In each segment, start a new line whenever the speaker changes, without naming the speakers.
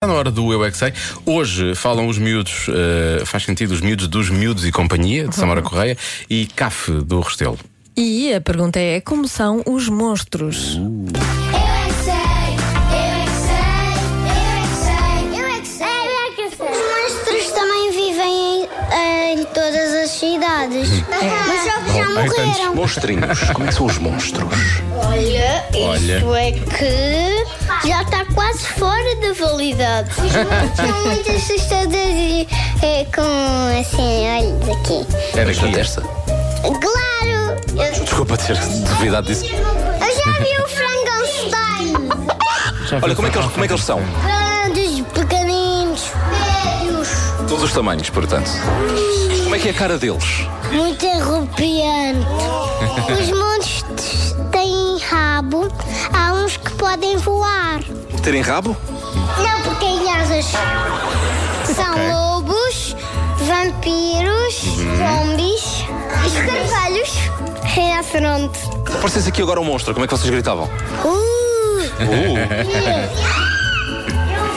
Está na hora do Eu é que Sei. Hoje falam os miúdos, eh, faz sentido, os miúdos dos Miúdos e Companhia, de Samara Correia, e CAF do Restelo.
E a pergunta é: como são os monstros?
Eu é que sei, eu é que sei, eu é que sei, eu é que sei, eu é que sei. Os monstros também vivem em, todas as cidades. Mas só que já morreram.
Monstrinhos, como é que são os monstros?
Olha, isso é que já está quase fora da validade. Os monstros são muito assustadores e é, com assim, olhos aqui.
É daqui desta?
Claro! Eu,
Desculpa ter duvidado disso.
eu já vi o Frankenstein!
Olha, como é, que eles, como é que eles são?
Grandes, pequeninos, médios.
Todos os tamanhos, portanto. Como é que é a cara deles?
Muito arrepiante. Os monstros têm rabo. Há uns que podem voar.
Terem rabo?
Não, porque têm asas. São lobos, vampiros, zombies, escarvalhos, rinoceronte.
Apareces aqui agora um monstro, como é que vocês gritavam?
Uh!
Uh,
Ele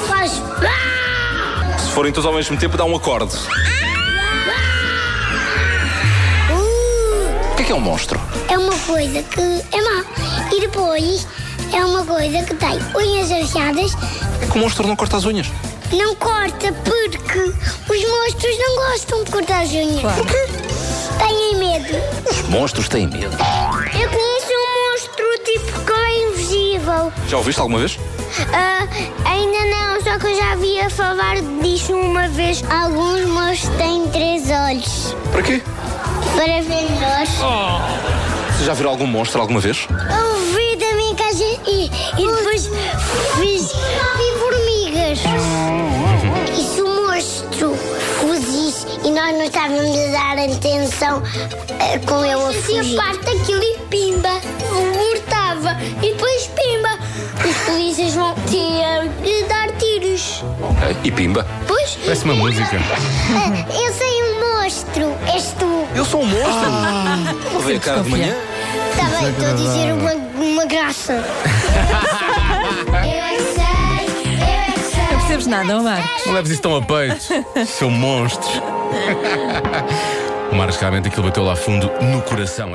faz...
se forem todos ao mesmo tempo, dá um acorde.
Uh!
O que é que é um monstro?
É uma coisa que é má. E depois é uma coisa que tem unhas afiadas
É que o monstro não corta as unhas.
Não corta porque os monstros não gostam de cortar as unhas.
Claro.
Porque têm medo.
Os monstros têm medo.
Eu conheço um monstro tipo que é invisível.
Já ouviste alguma vez?
Ah, ainda não, só que eu já vi a falar disso uma vez. Alguns monstros têm três olhos
Para quê?
para ver melhor.
Vocês já viram algum monstro alguma vez?
Eu vi da minha casa e, e depois fiz. Vi formigas. E se o monstro fugisse e nós não estávamos a dar atenção eh, com ele a fugir? Se parte aquilo e pimba, voltava e depois pimba. Os polícias vão ter dar tiros.
Ok. E pimba.
Pois?
Parece uma música.
Eu sei um monstro, és tu.
Eu sou um monstro! Vou ver a cara de manhã.
Está Tá bem, estou a dizer uma, uma graça. eu é que sei, eu é que sei.
Não percebes nada, ó Marcos?
Não leves isso tão a peito, seu monstro. O Marcos, realmente, aquilo bateu lá fundo no coração.